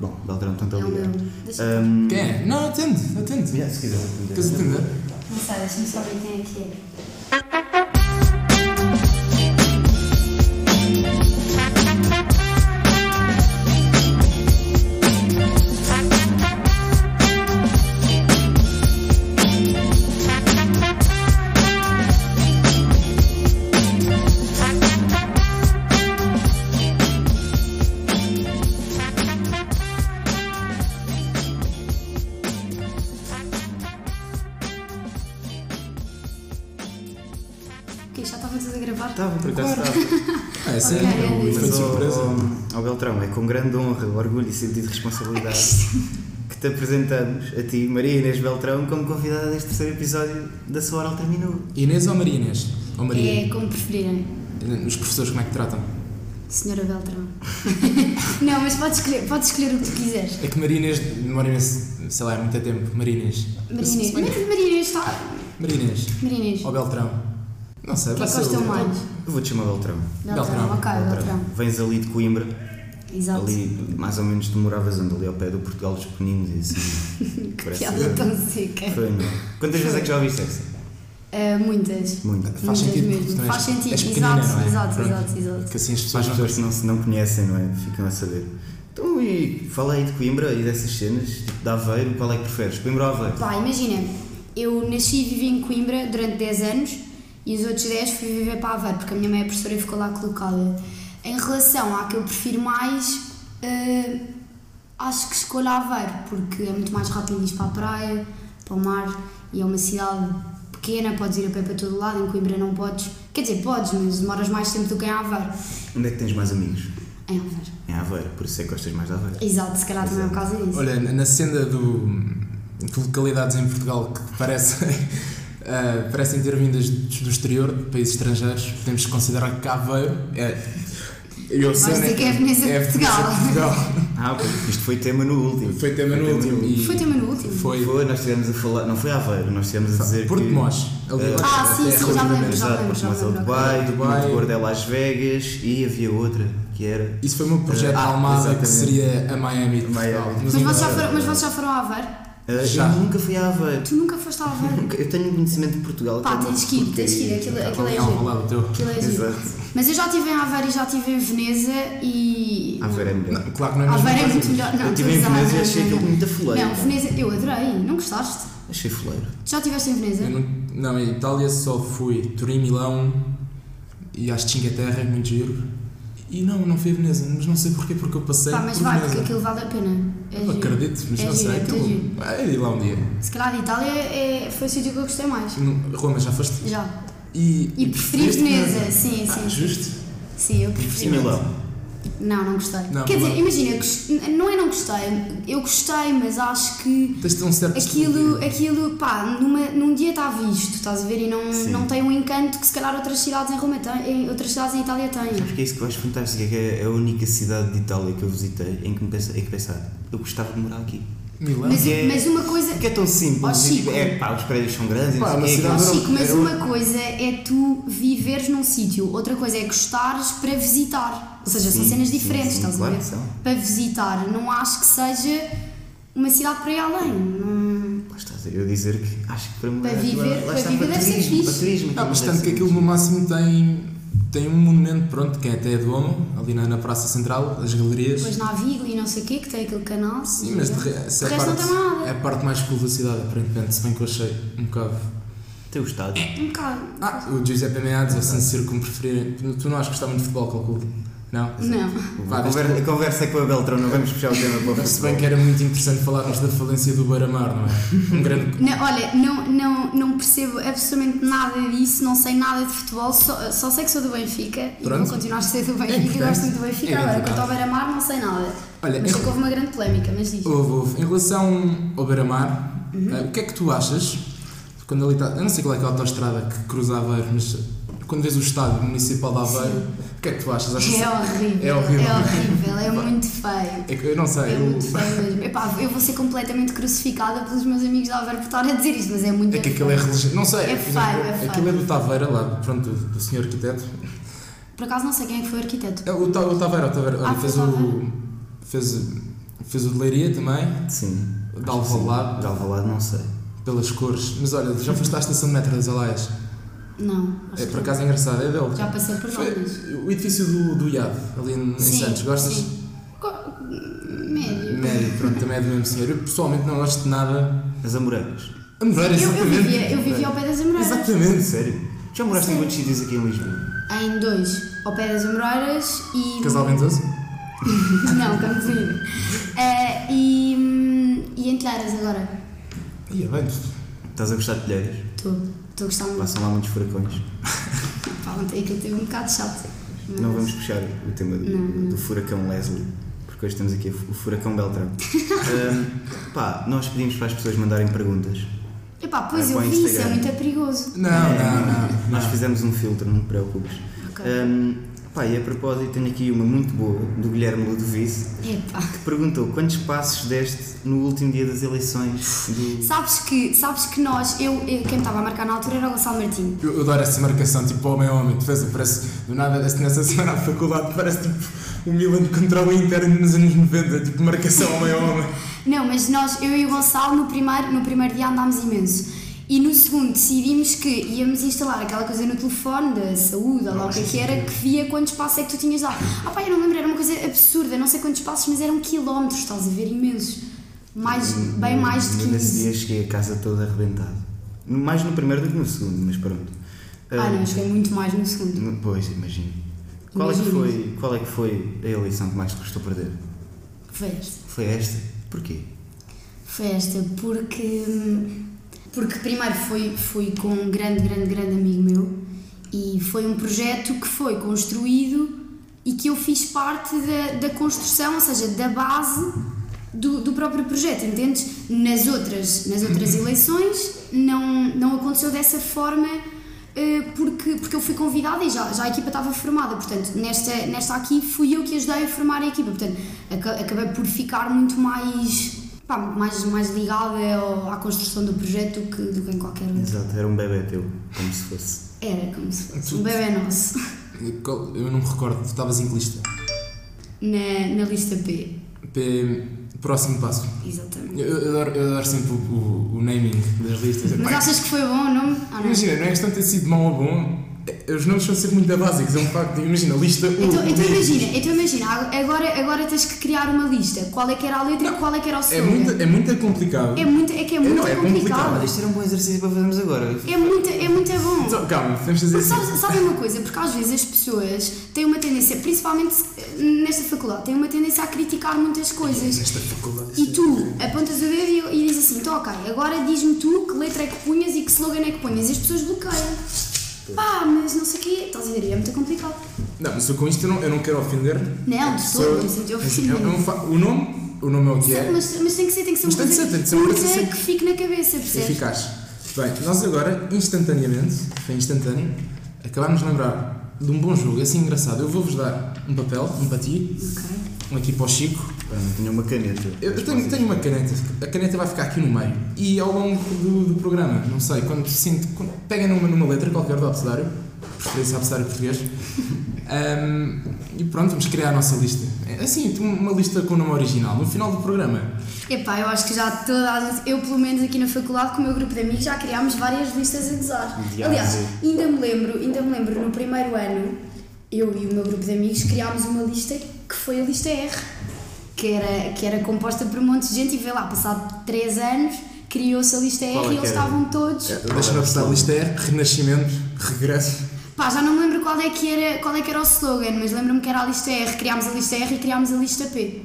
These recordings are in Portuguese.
Bom, Beltrão tenta É o ligar. meu. Deixa eu- Ahm, Quem é? Não, atende, atende. yeah, se quiser, Queres atender? Não sei, deixa-me só ver quem é que é. Ok, já estava a gravar? Estava, por acaso estava. Ah, é sério? Ok. Foi de Mas, ó, surpresa. ó, ó, Beltrão, é com grande honra, orgulho e sentido de responsabilidade que te apresentamos a ti, Maria Inês Beltrão, como convidada deste terceiro episódio da Sua Oral Terminou. Inês ou Maria Inês? Ou Maria? É como preferirem. Os professores como é que tratam? Senhora Beltrão. não, mas podes escolher, podes escolher o que tu quiseres. É que Maria Inês demora imenso, sei lá, é muito tempo. Maria Inês. Marinês. Mas Marinês está. Maria Inês. Marinês. Ou Beltrão. Não sei, O que é vai que ser o- gostam mais? Eu vou-te chamar Beltrão. Beltrão, Beltrão. ok, Ah, Beltrão. Vens ali de Coimbra, Exato. ali mais ou menos demoravas ando ali ao pé do Portugal dos Peninos e assim. Que parece- piada tão seca. Foi, não. Quantas vezes é que já ouviste essa? Ah, muitas. Muito. Faz muitas sentido, porque mesmo. também Faz és- sentido, és pequenina, exato, não é? exato, Pronto. exato, exato. Que assim as pessoas As não pessoas que não, se- não conhecem, não é? Ficam a saber. Então, e fala aí de Coimbra e dessas cenas, tipo, de Aveiro, qual é que preferes? Coimbra ou Aveiro? Pá, imagina, eu nasci e vivi em Coimbra durante 10 anos e os outros 10 fui viver para Aveiro, porque a minha mãe é professora e ficou lá colocada. Em relação à que eu prefiro mais, eh, acho que escolho Aveiro, porque é muito mais rápido ir para a praia, para o mar e é uma cidade pequena, podes ir a pé para todo lado, em Coimbra não podes. Quer dizer, podes, mas demoras mais tempo do que em Aveiro. Onde é que tens mais amigos? Em Aveiro. Em Aveiro, por isso é que gostas mais de Aveiro. Exato, se calhar também é por causa disso. Olha, na na senda do, de localidades em Portugal que parecem, ah, parecem ter vindas do exterior, de países estrangeiros, podemos considerar que Aveiro é. Eu Vais dizer que é a Veneza de Portugal. Ah, pois, isto foi tema no último. Foi tema no último. e Foi tema no último? Foi. Foi, nós estivemos a falar, não foi Aveiro, nós estivemos a dizer Porto que... de Mós. ali Eh, embaixo Ah, da sim, terra, sim, já me lembro, já me Exato, lembro, Porto de já me Mós é o lembro. Dubai, Dubai. Dubai. Gordo é Las Vegas e havia outra que era... Isso foi o meu projeto Ah, de Almada que exatamente. seria a Miami de Portugal. Miami. Mas vocês, já ainda- foram, mas vocês já foram a Aveiro? Ah, Já. Eu nunca fui a Aveiro. Tu nunca foste a Aveiro? Nunca- Eu tenho um conhecimento de Portugal. Pá, que é uma tens que ir, tens que ir, aquilo, porcaria. aquilo é Não, ao giro. lado teu. Aquilo é giro. Exato. Mas eu já estive em Aveiro e já estive em Veneza e. Aveiro é melhor. Claro que não é mesmo. Aveiro é coisa. muito melhor. Não, eu estive em estou a Veneza e usar, achei não, não, aquilo não. muito afuleiro. é Não, Veneza, eu adorei, não gostaste? Achei fuleiro. Tu já estiveste em Veneza? Eu não, não, em Itália só fui Turim, Milão e às Cinque Terre, muito giro. E não, não fui a Veneza, mas não sei porquê, porque eu passei Pá, mas por vai, Veneza. porque aquilo vale a pena. É giro. Acredito, mas É não giro, sei, é aquilo... giro. É de ir lá um dia. Se calhar de Itália é, foi o sítio que eu gostei mais. Não- Roma, já foste? Já. E, E preferi Veneza, sim, Ah, sim. justo? Sim, eu E preferi. Milão? Não, não gostei. Não, Quer mas- dizer, imagina, gost- não é não gostei, eu gostei, mas acho que. Tens de ter um certo Aquilo, estilo aquilo pá, numa- num dia está visto, estás a ver? E não, Sim. não tem um encanto que se calhar outras cidades em Roma têm, em outras cidades em Itália têm. Porque é isso que eu acho fantástico, é que é a única cidade de Itália que eu visitei em que, me pensei, em que pensar, eu gostava de morar aqui. de Milão. Mas, é- mas uma coisa. Porque é tão Ó, simples, e, tipo, Chico. é pá, os prédios são grandes, e Pá, não uma sei o quê, cidade Ó, aquilo- Chico, mas era uma coisa é tu viveres num sítio, outra coisa é gostares para visitar. Ou seja, são Sim, cenas sim, diferentes, sim, estás claro a ver? que são. Para visitar, não acho que seja uma cidade para ir além. Hum, Não- Lá está, eu dizer que acho que para morar Para aqui, é- viver- lá para está, viver para deve ser turismo, fixe. para turismo, é Ah, aquilo mas deve tanto que ser aquilo no fixe. máximo tem, tem um monumento, pronto, que é até do Duomo, ali na, na Praça Central, as galerias. Depois Navigo e não sei o quê, que tem aquele canal. Sim, mas de re- essa resto é a não parte, tem nada. é a parte mais cool da cidade, aparentemente, se bem que eu achei um bocado. Tem o estado. Um bocado. Ah, o Giuseppe Meazza, ou San Siro, como preferirem. Tu, tu não achas que gostar muito de futebol, calculo? Não? Não. a, Vá, deste- conversa, a conversa é com a Beltrão, não vamos puxar o tema para o Mas se bem futebol. que era muito interessante falarmos da falência do Beira-Mar, não é? Um grande. Não, olha, não, não, não percebo absolutamente nada disso, não sei nada de futebol, só, só sei que sou do Benfica e Pronto. vou continuar a ser do É Benfica, importante. gosto muito do Benfica. É Agora, verdade. quanto ao Beira-Mar, não sei nada. Olha, é mas em- sei que houve uma grande polémica, mas diz. Houve, houve. Em relação ao Beira-Mar, Uhum. eh, o que é que tu achas? Quando ali está. Eu não sei qual é que é a autostrada que cruza Aveiro, mas quando vês o estádio municipal de Aveiro, o que é que tu achas? Achas- É horrível, É horrível. é horrível, é muito feio. É que eu não sei. É eu- muito feio mesmo. Epá, eu vou ser completamente crucificada pelos meus amigos da Alver por estar a dizer isto, mas é muito É que aquilo é religioso. Não sei. É por feio, exemplo, é feio. Aquilo é do Taveira, lá, pronto, do, do senhor arquiteto. Por acaso não sei quem é que foi o arquiteto. É, O, Ta- o Taveira, o Taveira. Olha, Ah, foi fez o o. Taveira. Fez. Fez o de Leiria também, Sim. de Alvalade, De Alvalade não sei. pelas cores. Mas olha, já foste à estação de metro das Alaias. Não, acho É, que por acaso é engraçado, é dele. já passei por Foi Londres. o edifício do, do IAD, ali em em Santos. Gostas? Sim. Go- Médio. Médio, pronto, também é do mesmo senhor. Eu pessoalmente não gosto de nada. As Amoreiras. A Moreira, Eu, eu exatamente. vivia, eu vivia ao pé das Amoreiras. Exatamente. Sério? Já moraste em Sério. muitos sítios aqui em Lisboa? Em dois, ao pé das Amoreiras e. Casal Ventoso? Não, estamos livre. Eh, e, hum, e em Telharas agora. Ia bem. Estás a gostar de telheiros? Estou. Estou a gostar muito. Passam lá muitos furacões. Pá, ontem aquilo teve um bocado chato. mas- Não vamos puxar o tema do, Não. do furacão Leslie, porque hoje temos aqui o furacão Beltrão. Ahm, pá, nós pedimos para as pessoas mandarem perguntas. Epá, pois É eu para o vi isso, é Instagram. muito perigoso. Não, não, não. Nós fizemos um filtro, não te preocupes. Ok. Eh. Ahm, pá, e a propósito, tenho aqui uma muito boa do Guilherme Ludovice, Epá. que perguntou quantos passos deste no último dia das eleições do. Sabes que, sabes que nós, eu, eu- quem me estava a marcar na altura era o Gonçalo Martinho. Eu eu adoro essa marcação, tipo homem a homem, defesa, parece do nada, assim, nessa semana à faculdade, parece tipo o Milan contra o Inter nos anos 90, tipo marcação homem a homem. Não, mas nós, eu e o Gonçalo, no primeiro, no primeiro dia andámos imenso. E no segundo decidimos que íamos instalar aquela coisa no telefone da saúde, ou lá o que é que era, que via quantos passos é que tu tinhas lá. Ah pá, eu não me lembro, era uma coisa absurda, não sei quantos passos, mas eram quilómetros, estás a ver, imensos. Mais, bem mais de Eu Nesse 15. dia cheguei a casa todo arrebentado. Mais no primeiro do que no segundo, mas pronto. Ah não, acho que é muito mais no segundo. No- Pois, imagino. Qual é, que Imagino. foi, qual é que foi a eleição que mais te custou perder? Foi esta. Foi esta? Porquê? Foi esta, porque. Porque primeiro foi, foi com um grande, grande, grande amigo meu e foi um projeto que foi construído e que eu fiz parte da, da construção, ou seja, da base do, do próprio projeto, entendes? Nas outras, nas outras eleições não, não aconteceu dessa forma eh, porque, porque eu fui convidada e já, já a equipa estava formada, portanto, nesta, nesta aqui fui eu que ajudei a formar a equipa, portanto, aca- acabei por ficar muito mais, pá, muito mais, mais ligada ao- à construção do projeto do que, do que em qualquer outra. Exato, era um bebê teu, como se fosse. Era como se fosse um bebê nosso Eu qual- eu não me recordo, estavas em que lista? na, na lista P. P, próximo passo. Exatamente. Eu, eu adoro, eu adoro sempre o, o- o naming das listas. Mas Pá, achas que foi bom o nome? Ah, não. Imagina, não é questão de ter sido mau ou bom, é- os nomes são sempre muito básicos, é um facto. Imagina, lista 1. Então, então imagina, então imagina, agora, agora tens que criar uma lista. Qual é que era a letra e qual é que era o som? É muito, é muito complicado. é, muito, é que é muito não, é complicado. complicado. Isto era um bom exercício para fazermos agora. É muito, é muito bom. Então, calma, vamos fazer Porque assim. sabes, sabem uma coisa? Porque às vezes as pessoas têm uma tendência, principalmente eh, nesta faculdade, têm uma tendência a criticar muitas coisas. Nesta faculdade. E tu apontas o dedo e, e dizes assim: então, ok, agora diz-me tu que letra é que punhas e que slogan é que punhas. E as pessoas bloqueiam. Pá, mas não sei o quê. Estás a ver? É muito complicado. Não, mas eu com isto eu não, eu não quero ofender. Não, de todo, não me senti ofendida. É- é um fa- O nome, o nome é o que é. Mas, mas tem que ser, tem que ser uma Mas tem coisa que ser, tem que ser uma coisa curta sempre- que fique na cabeça, percebes? Eficaz. Bem, nós agora, instantaneamente, foi instantâneo, acabámos de lembrar de um bom jogo, é assim engraçado. Eu vou-vos dar um papel, um para ti, Ok. um aqui para o Chico. Pá, não tinha uma caneta. Eu eu tenho, tenho uma caneta, a caneta vai ficar aqui no meio. E ao longo do, do programa, não sei, quando sinto. Quando, pega numa, numa letra qualquer do abecedário, preferência abecedário português. ahm, e pronto, vamos criar a nossa lista. É Assim, uma lista com o nome original. No final do programa, Epá, eu acho que já toda a gente, eu pelo menos aqui na faculdade, com o meu grupo de amigos, já criámos várias listas a gozar. Diabo. Aliás, ainda me lembro, ainda me lembro, no primeiro ano, eu e o meu grupo de amigos criámos uma lista que foi a lista R, que era, que era composta por um monte de gente e vê lá, passado 3 anos, criou-se a lista R Qual é e que eles era? É. estavam todos. deixa-me apostar, a lista é Renascimento, Regresso. Pá, já não me lembro qual é que era, qual é que era o slogan, mas lembro-me que era a lista R. Criámos a lista R e criámos a lista P.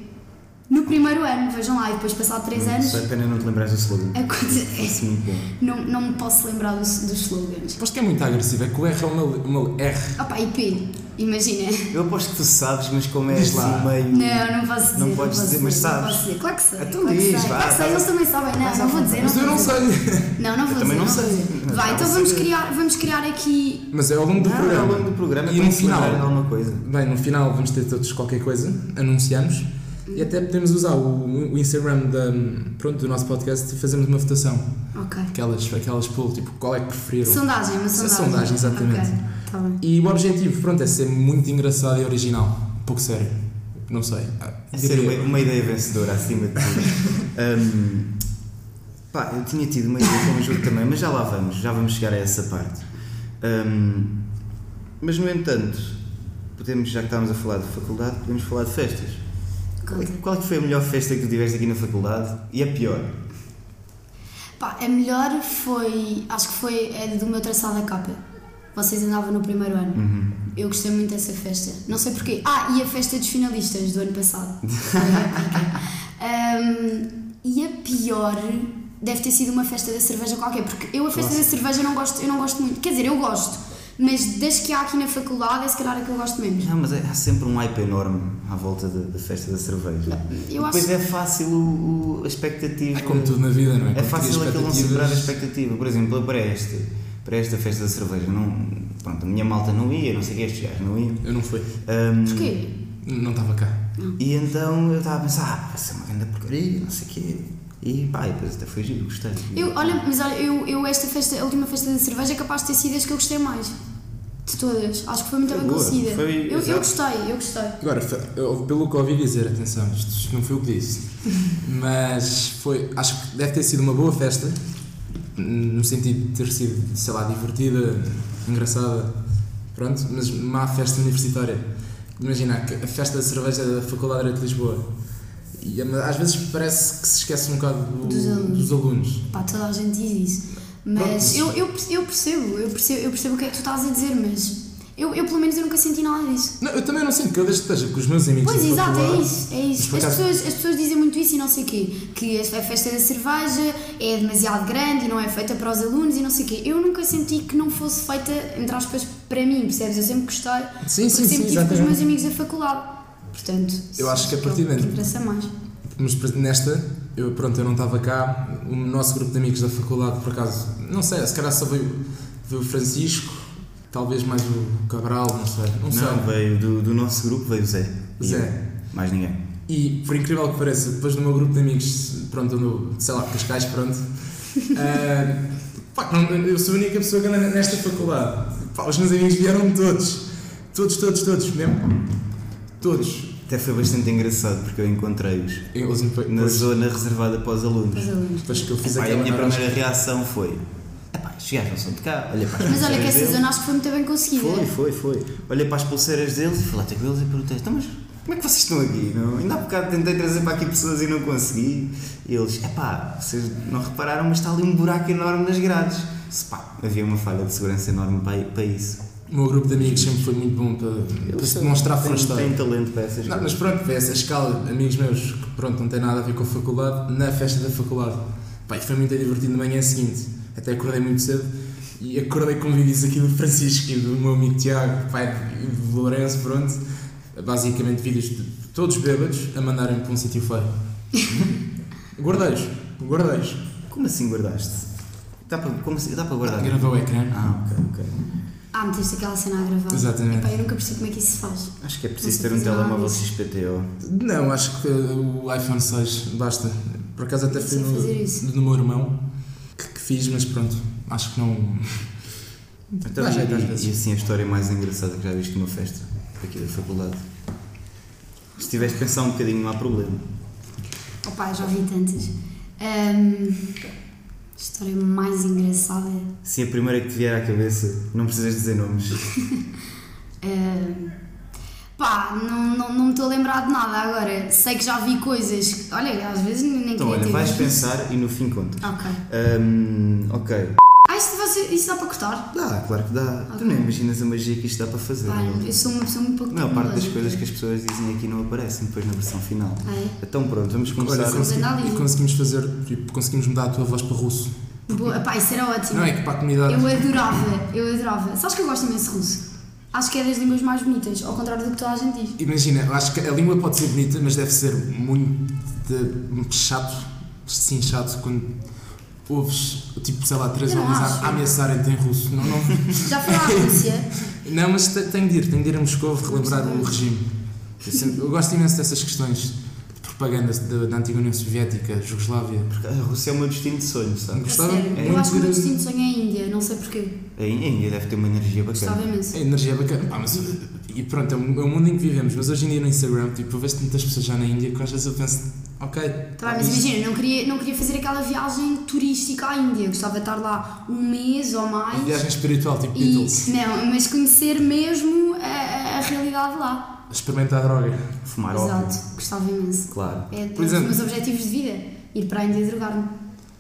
No primeiro ano, vejam lá, e depois passado 3 anos, Só é pena não te lembrares do slogan. a coisa. Isso é muito bom. Não, não me posso lembrar dos, dos slogans. Aposto que é muito agressivo, é que o R é uma, uma R. Ah pá, e P, imagina. Eu aposto que tu sabes, mas como é assim Diz lá. meio. Não, não posso dizer. Não podes posso dizer, mas não sabes. posso dizer. Claro que sei. Então claro que diz, sei, vá, claro que sei, vá. eles também sabem. Não, não vou dizer. Mas eu vou não dizer. sei. Não, não vou também dizer. não vou sei. dizer. Mas Vá, já então vou vamos saber. criar, vamos criar aqui. Mas é ao longo do Não, programa. ao longo do programa E tem no que se é lembrar de final. alguma coisa. Bem, no final vamos ter todos qualquer coisa, anunciamos. E até podemos usar o, o Instagram da, pronto, do nosso podcast e fazermos uma votação. Ok. Aquelas, aquelas pool, tipo, qual é que preferiram. Sondagem, uma Essa sondagem. sondagem, exatamente. Ok, tá bem. E o objetivo, pronto, é ser muito engraçado e original. Um pouco sério. Não sei. Ah, Ser uma, diria- uma ideia vencedora, acima de tudo. Hum, pá, eu tinha tido uma ideia para um jogo também, mas já lá vamos, já vamos chegar a essa parte. Hum, mas, no entanto, podemos, já que estávamos a falar de faculdade, podemos falar de festas. Qual é, Conta. qual é que foi a melhor festa que tu tiveste aqui na faculdade e a pior? Pá, a melhor foi, acho que foi a do meu traçado a capa. Vocês andavam no primeiro ano. Uhum. Eu gostei muito dessa festa. Não sei porquê. Ah, e a festa dos finalistas do ano passado. Foi épica. Ahm, e a pior deve ter sido uma festa da cerveja qualquer, porque eu a festa da cerveja não gosto, eu não gosto muito. Quer dizer, eu gosto, mas das que há aqui na faculdade é se calhar a que eu gosto menos. Não, mas é- há sempre um hype enorme à volta da, da festa da cerveja. Eu Depois acho é fácil o, o- a expectativa. É como tudo na vida, não é? É Quando fácil crias aquilo não expectativas- superar a expectativa. Por exemplo, eu para esta, para esta festa da cerveja, não, pronto, a minha malta não ia, não sei o que, estes gajos não iam. Eu não fui. Ahm, porquê? Não estava cá. e então eu estava a pensar, ah, vai ser uma grande porcaria, não sei o quê. E pá, e depois até foi giro, gostei. Eu, olha, mas olha, eu, eu esta festa, a última festa da cerveja é capaz de ter sido as que eu gostei mais. De todas. Acho que foi muito Foi bem boa, conseguida. foi- eu, eu exato. gostei, eu gostei. Agora, fa- eu- pelo que ouvi dizer, atenção, isto, isto não foi o que disse, mas foi, acho que deve ter sido uma boa festa, n- no sentido de ter sido, sei lá, divertida, engraçada, pronto, mas má festa universitária. Imagina, que a festa da cerveja da Faculdade de Direito de Lisboa. E, é, mas às vezes parece que se esquece um bocado do- Dos alunos. dos alunos. Pá, toda a gente diz isso. Mas eu, eu, eu percebo, eu percebo, eu percebo o que é que tu estás a dizer, mas eu, eu pelo menos eu nunca senti nada disso. Não, eu também não sinto que eu desde que esteja com os meus amigos Pois, da exato, é faculdade, isso, é Mas isso. por As acaso- pessoas, as pessoas dizem muito isso e não sei o quê. Que a festa da cerveja é demasiado grande e não é feita para os alunos e não sei o quê. Eu nunca senti que não fosse feita, entre aspas, para mim, percebes? Eu sempre gostei. porque Sim, sim, sempre sim, tive com os exatamente. meus amigos da faculdade. Portanto, Eu acho que a é o partir daí- interessa mais. Mas por exemplo, nesta, eu, pronto, eu não estava cá, o nosso grupo de amigos da faculdade, por acaso, não sei, se calhar só veio, veio o Francisco, talvez mais o Cabral, não sei, não, Não, sei. veio do, do nosso grupo, veio o Zé. E Zé. eu. Mais ninguém. E por incrível que pareça, depois do meu grupo de amigos, pronto, no, sei lá, Cascais, pronto, ah, pá, não, eu sou a única pessoa que anda nesta faculdade. Pá, os meus amigos vieram todos, todos, todos, todos, mesmo? Todos. Até foi bastante engraçado porque eu encontrei-os Eles, na depois, zona reservada para os alunos. Os alunos. depois que eu fiz Epá, e a aquela minha naranja- primeira reação foi: Epá, estes gajos não são de cá, olha para as Mas olha que pulseiras essa é deles." zona acho que é? foi muito bem conseguida. Foi, foi, foi. Olhei para as pulseiras deles e falei até com eles e perguntei: Então, mas como é que vocês estão aqui? Não? Ainda há bocado tentei trazer para aqui pessoas e não consegui. E eles: Epá, vocês não repararam, mas está ali um buraco enorme nas grades. Se pá, havia uma falha de segurança enorme para, para isso. O meu grupo de amigos sempre foi muito bom para, para se demonstrar Tem- frustrado. Tem talento para essas Não, coisas. mas pronto, vê essa escala, de amigos meus que pronto, não tem nada a ver com a faculdade, na festa da faculdade. Pai, foi muito divertido na manhã seguinte, até acordei muito cedo e acordei com vídeos aqui do Francisco e do meu amigo Tiago, pai e do Lourenço, pronto. Basicamente vídeos de todos bêbados a mandarem para um sítio feio. guardei-os, guardei-os. Como assim guardaste? Dá para, como assim- dá para guardar? Gravou o ecrã. Ah, ok, ok. Ah, meteste aquela cena a gravar. Exatamente. Epá, eu nunca percebi como é que isso se faz. Acho que é Não preciso sei ter um fazer nada telemóvel disso. XPTO. Não, acho que o iPhone 6 basta. Por acaso até fui Sei fazer isso. no, do meu irmão que, que fiz, mas pronto, acho que não. Então, Dá e, jeito às e- vezes. e assim a história mais engraçada que já viste numa festa aqui da faculdade. Se tiveres de pensar um bocadinho, não há problema. Opa, já vi tantas. Ahm, a história mais engraçada. Sim, a primeira que te vier à cabeça, não precisas dizer nomes. é, ahm, pá, não, não, não me estou a lembrar de nada agora. Sei que já vi coisas. que- Olha, às vezes nem Então, queria olha, ter vais visto. pensar e no fim conta. Ok. Hum, ok. Ah, isto, você, isto dá para cortar? Dá, claro que dá. Tu nem imaginas a magia que isto dá para fazer. Pá, não é? eu sou uma pessoa muito pouco a maior parte das coisas que as as pessoas dizem aqui não aparecem depois na versão final. é? Então, pronto, vamos Olha, começar. consegui- análise. e conseguimos fazer, tipo, conseguimos mudar a tua voz para russo. Boa, pá, isso era ótimo. Não é que para a comunidade. Eu adorava, eu adorava. Sabes que eu gosto imenso de russo? Acho que é das línguas mais bonitas, ao contrário do que toda a gente diz. Imagina, eu acho que a língua pode ser bonita, mas deve ser muito, de- chato, sim, chato, quando ouves, tipo, sei lá, três Eu não homens acho. a, a ameaçarem-te em russo. Não, não, Já foi à Rússia? Não, mas te- tenho de ir, tenho de ir a Moscou relembrar o regime. Eu, sempre- eu gosto imenso dessas questões. Porque propaganda da, da antiga União Soviética, Jugoslávia. Porque a Rússia é o meu destino de sonho, sabe? Gostava A sério, eu muito acho que o meu de- destino de sonho é a Índia, não sei porquê. A Índia deve ter uma energia Gostava bacana. A imenso. energia é bacana. Pá, mas, e pronto, é o, é o mundo em que vivemos. Mas hoje em dia no Instagram, tipo, eu vejo tantas pessoas já na Índia que às vezes eu penso, ok. Tá bem, mas isto- é imagina, não queria, não queria fazer aquela viagem turística à Índia, gostava de estar lá um mês ou mais. uma viagem espiritual, tipo E, Beatles. não, mas conhecer mesmo a- a, a realidade lá. Experimentar droga. Fumar óbvio. Exato, gostava imenso. Claro. É um Por dos exemplo- meus objetivos de vida, ir para a Índia e drogar-me.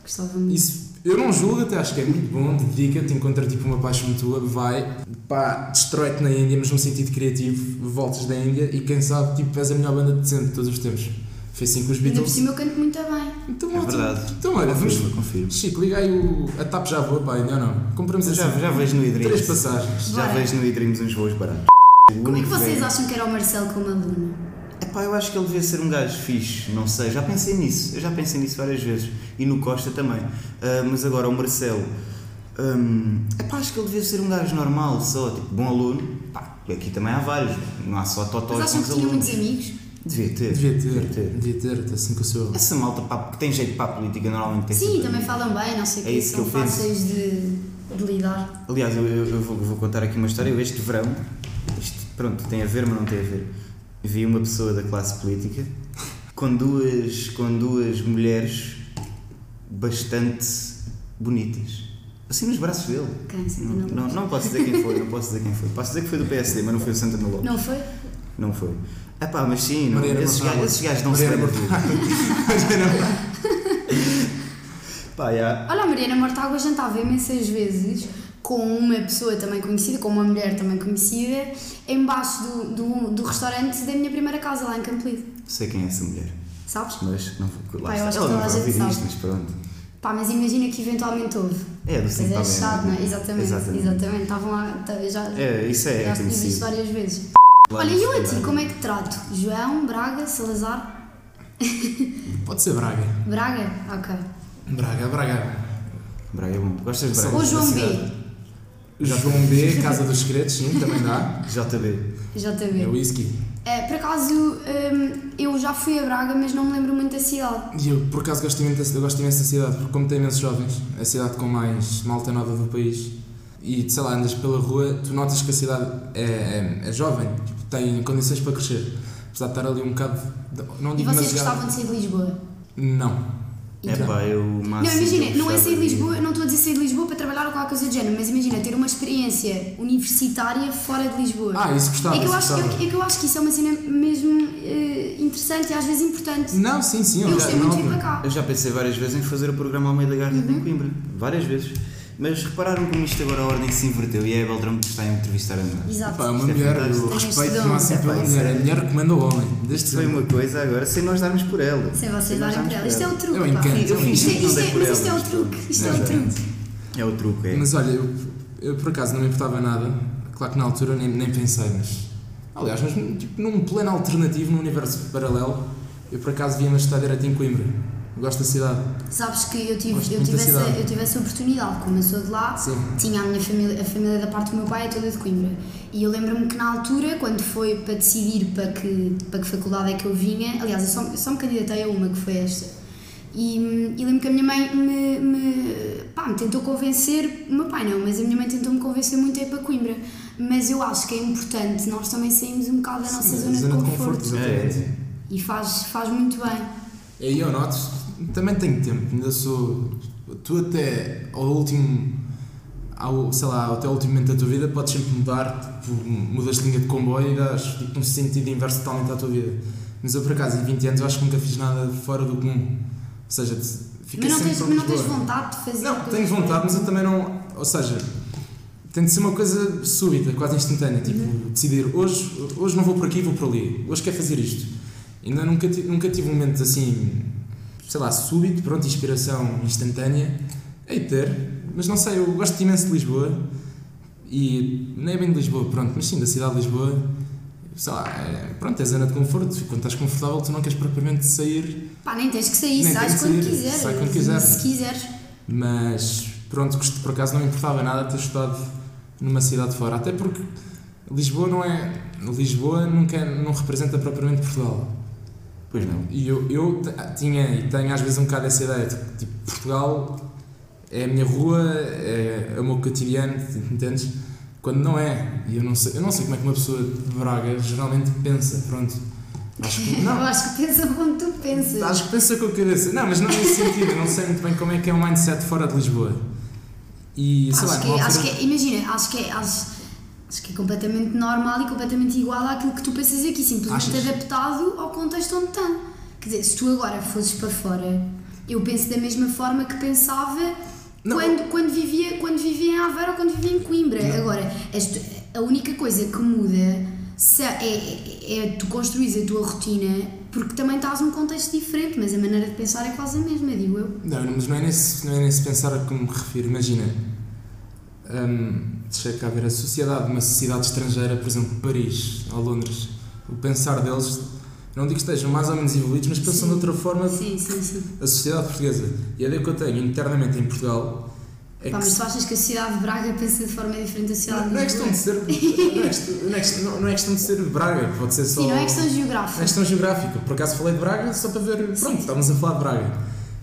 Gostava muito. Isso, eu não julgo, até acho que é muito bom. Dedica-te, encontra tipo uma paixão tua, vai, pá, destrói-te na Índia, mas num sentido criativo, voltas da Índia e quem sabe, tipo, és a melhor banda de sempre de todos os tempos. Foi assim com os Ainda por Beatles. cima eu canto muito bem. Então, É ótimo. verdade. Então, olha, vamos. Confirmo, confirmo. Chico, liga aí o. A TAP já voa, pá, ainda não. Compramos Mas eu assim. já, já vejo no Três Idreams. passagens. Já Bora. vejo no Idreams uns voos baratos. O Como é que único vocês velho- acham que era o Marcelo como aluno? Epá, eu acho que ele devia ser um gajo fixe, não sei, já pensei nisso, eu já pensei nisso várias vezes e no Costa também. Ah, mas agora o Marcelo, hum, epá, acho que ele devia ser um gajo normal, só, tipo, bom aluno. Pá, aqui também há vários, não há só Mas totós acham que bons tinha muitos alunos. amigos? Devia ter, Devia ter, devia ter, até assim com o seu. Essa malta pá, que tem jeito para a política normalmente tem Sim, sempre- também falam bem, não sei o É quê, isso que são eu penso. fáceis de, de lidar. Aliás, eu, eu- eu vou, vou contar aqui uma história. Eu este verão, isto, pronto, tem a ver, mas não tem a ver. Vi uma pessoa da classe política com duas, com duas mulheres bastante bonitas. Assim nos braços dele. Quem sabe, Não, não, não posso dizer quem foi, não posso dizer quem foi. Posso dizer que foi do PSD, mas não foi o Santana Lopes. Não foi? Não foi. Ah pá, mas sim, não, Mariana esses, Mortágua. gajos, esses gajos não se Mariana lembram de Pá, já. Olha, a Mariana Mortágua jantava imensas vezes com uma pessoa também conhecida, com uma mulher também conhecida, embaixo do, do, do restaurante da minha primeira casa lá em Campolide. Sei quem é essa mulher, Sabes? mas não vou lá. Pá, eu está. acho que Ela não toda a vai ouvir gente sabe. isto, mas pronto. Pá, mas imagina que eventualmente houve. É, do Mas Sim é Palena. chato, não é? Exatamente, Exatamente. exatamente. Estavam lá, tá- eu já, É, isso é, já é tinha visto conhecido. várias vezes. Lá Olha, no e eu a ti, Instagram. como é que te trato? João, Braga, Salazar? Pode ser Braga. Braga? Ok. Braga, Braga. Braga é bom. Gostas de Braga? Ou João da B, João um B, Casa dos Segredos, sim, também dá. JB. JB. É whisky. É, por acaso, hum, eu já fui a Braga, mas não me lembro muito da cidade. E eu, por acaso, gosto imenso, eu gosto imenso da cidade, porque como tem imensos jovens, é a cidade com mais malta nova do país, e sei lá, andas pela rua, tu notas que a cidade é, é, é jovem, tipo, tem condições para crescer. Apesar de estar ali um bocado. de- Não E digo vocês demasiado- gostavam de sair de Lisboa? Não. E É tu? pá, eu Ah, Não, máximo. imagina, que eu não é sair de gostava Lisboa, não estou a dizer sair de Lisboa para trabalhar ou qualquer coisa do género, mas imagina ter uma experiência universitária fora de Lisboa. Ah, isso gostava. é, que eu isso acho, gostava. é que eu acho que isso é uma cena mesmo eh, interessante e às vezes importante. Não, sim, sim, Eu gostei muito de vir não- para é cá. Uhum. Eu já pensei várias vezes em fazer o programa Almeida Garden em Coimbra. Várias vezes. Mas repararam como isto agora a ordem se inverteu e é a Beltrão que está a entrevistar a mim. Exato. Pá, uma Isto é mulher, fantástico. eu Tem respeito estudão. máximo É pela pá, isso mulher. é- A mulher recomenda o homem. Desde Isto foi sempre. uma coisa agora sem nós darmos por ela. Sem vocês nós darem darmos por ela. Isto é o truque. Eu entendo, pá. eu Isto é- entendo. isto é- Mas isto é o truque. Isto é o truque. É o truque, é. Mas olha, eu, eu por acaso não me importava nada. Claro que na altura nem, nem pensei, mas. Aliás, mas tipo, num plano alternativo, num universo paralelo, eu por acaso via-me estudar direto em Coimbra. Eu gosto da cidade. Sabes que eu tive, Gosto eu muito tive, da essa, cidade. eu tive essa oportunidade, como eu sou de lá, Sim. tinha a minha família, a família da parte do meu pai é toda de Coimbra. E eu lembro-me que na altura, quando foi para decidir para que, para que faculdade é que eu vinha, aliás, eu só, eu só me candidatei a uma que foi esta. E, hum, e lembro que a minha mãe me, me, pá, me tentou convencer, o meu pai não, mas a minha mãe tentou me convencer muito a ir para Coimbra. Mas eu acho que é importante nós também sairmos um bocado da nossa Sim, zona, de conforto. exatamente. É. E faz, faz muito bem. E aí eu noto, também tenho tempo, ainda sou. Tu até ao último. Ao, sei lá, até ao último momento da tua vida podes sempre mudar, tipo, mudas de linha de comboio e dás tipo, um sentido inverso totalmente à tua vida. Mas eu por acaso, em 20 anos, eu acho que nunca fiz nada fora do comum. Ou seja, fica Mas não, sempre tens, por mas não tens Lisboa. vontade de fazer Não, coisas tenho vontade, mas eu também não. Ou seja, tem de ser uma coisa súbita, quase instantânea. Tipo, decidir hoje, hoje não vou por aqui, vou por ali. Hoje quero fazer isto. Ainda nunca, ti- nunca tive um momento assim, sei lá, súbito, pronto, inspiração instantânea. Hei de ter, mas não sei, eu gosto imenso de Lisboa. E não é bem de Lisboa, pronto, mas sim da cidade de Lisboa. Sei lá, é- pronto, é zona de conforto. Quando estás confortável, tu não queres propriamente sair Pá, nem tens que sair, Nem sais tens que quando sair, quiseres. sai quando quiseres. Se quiseres. mas pronto, gost- por acaso não me importava nada ter estudado numa cidade fora, até porque é, Lisboa não é. Lisboa nunca não representa propriamente Portugal. Pois não. E eu, eu t- tinha e tenho às vezes um bocado essa ideia, tipo, tipo, Portugal é a minha rua, é, é o meu cotidiano, entendes? Quando não é. E eu não sei, eu não sei como é que uma pessoa de Braga geralmente pensa, pronto. Acho que Eu não. acho que pensa como tu pensas. Acho que pensa com a cabeça. Não, mas não nesse sentido, eu não sei muito bem como é que é um mindset fora de Lisboa. E sei lá, acho, que, numa altura- acho que é- imagina, acho que, é, acho, acho que é completamente normal e completamente igual àquilo que tu pensas aqui, simplesmente Achas? adaptado ao contexto onde está. Quer dizer, se tu agora fosses para fora, eu penso da mesma forma que pensava Não. quando, quando, vivia, quando vivia em Aveiro ou quando vivia em Coimbra. Agora, esta- a única coisa que muda se- é, é, é tu construís a tua rotina porque também estás num contexto diferente, mas a maneira de pensar é quase a mesma, digo eu. Não, mas não é nesse, não é nesse pensar a que me refiro. Imagina, hum, deixa cá ver a sociedade, uma sociedade estrangeira, por exemplo, Paris ou Londres, o pensar deles, não digo que estejam mais ou menos evoluídos, mas pensam Sim. de outra forma Sim, sim, sim. a sociedade portuguesa. E a ideia que eu tenho internamente em Portugal é Pá, que. mas tu achas que a cidade de Braga pensa de forma diferente da cidade Não, de não é Lisboa? questão de ser. Não é questão, não é questão- não é questão de ser Braga, pode ser só. Sim, não é questão É geográfica. questão geográfica. Por acaso falei de Braga só para ver. Pronto, estávamos a falar de Braga.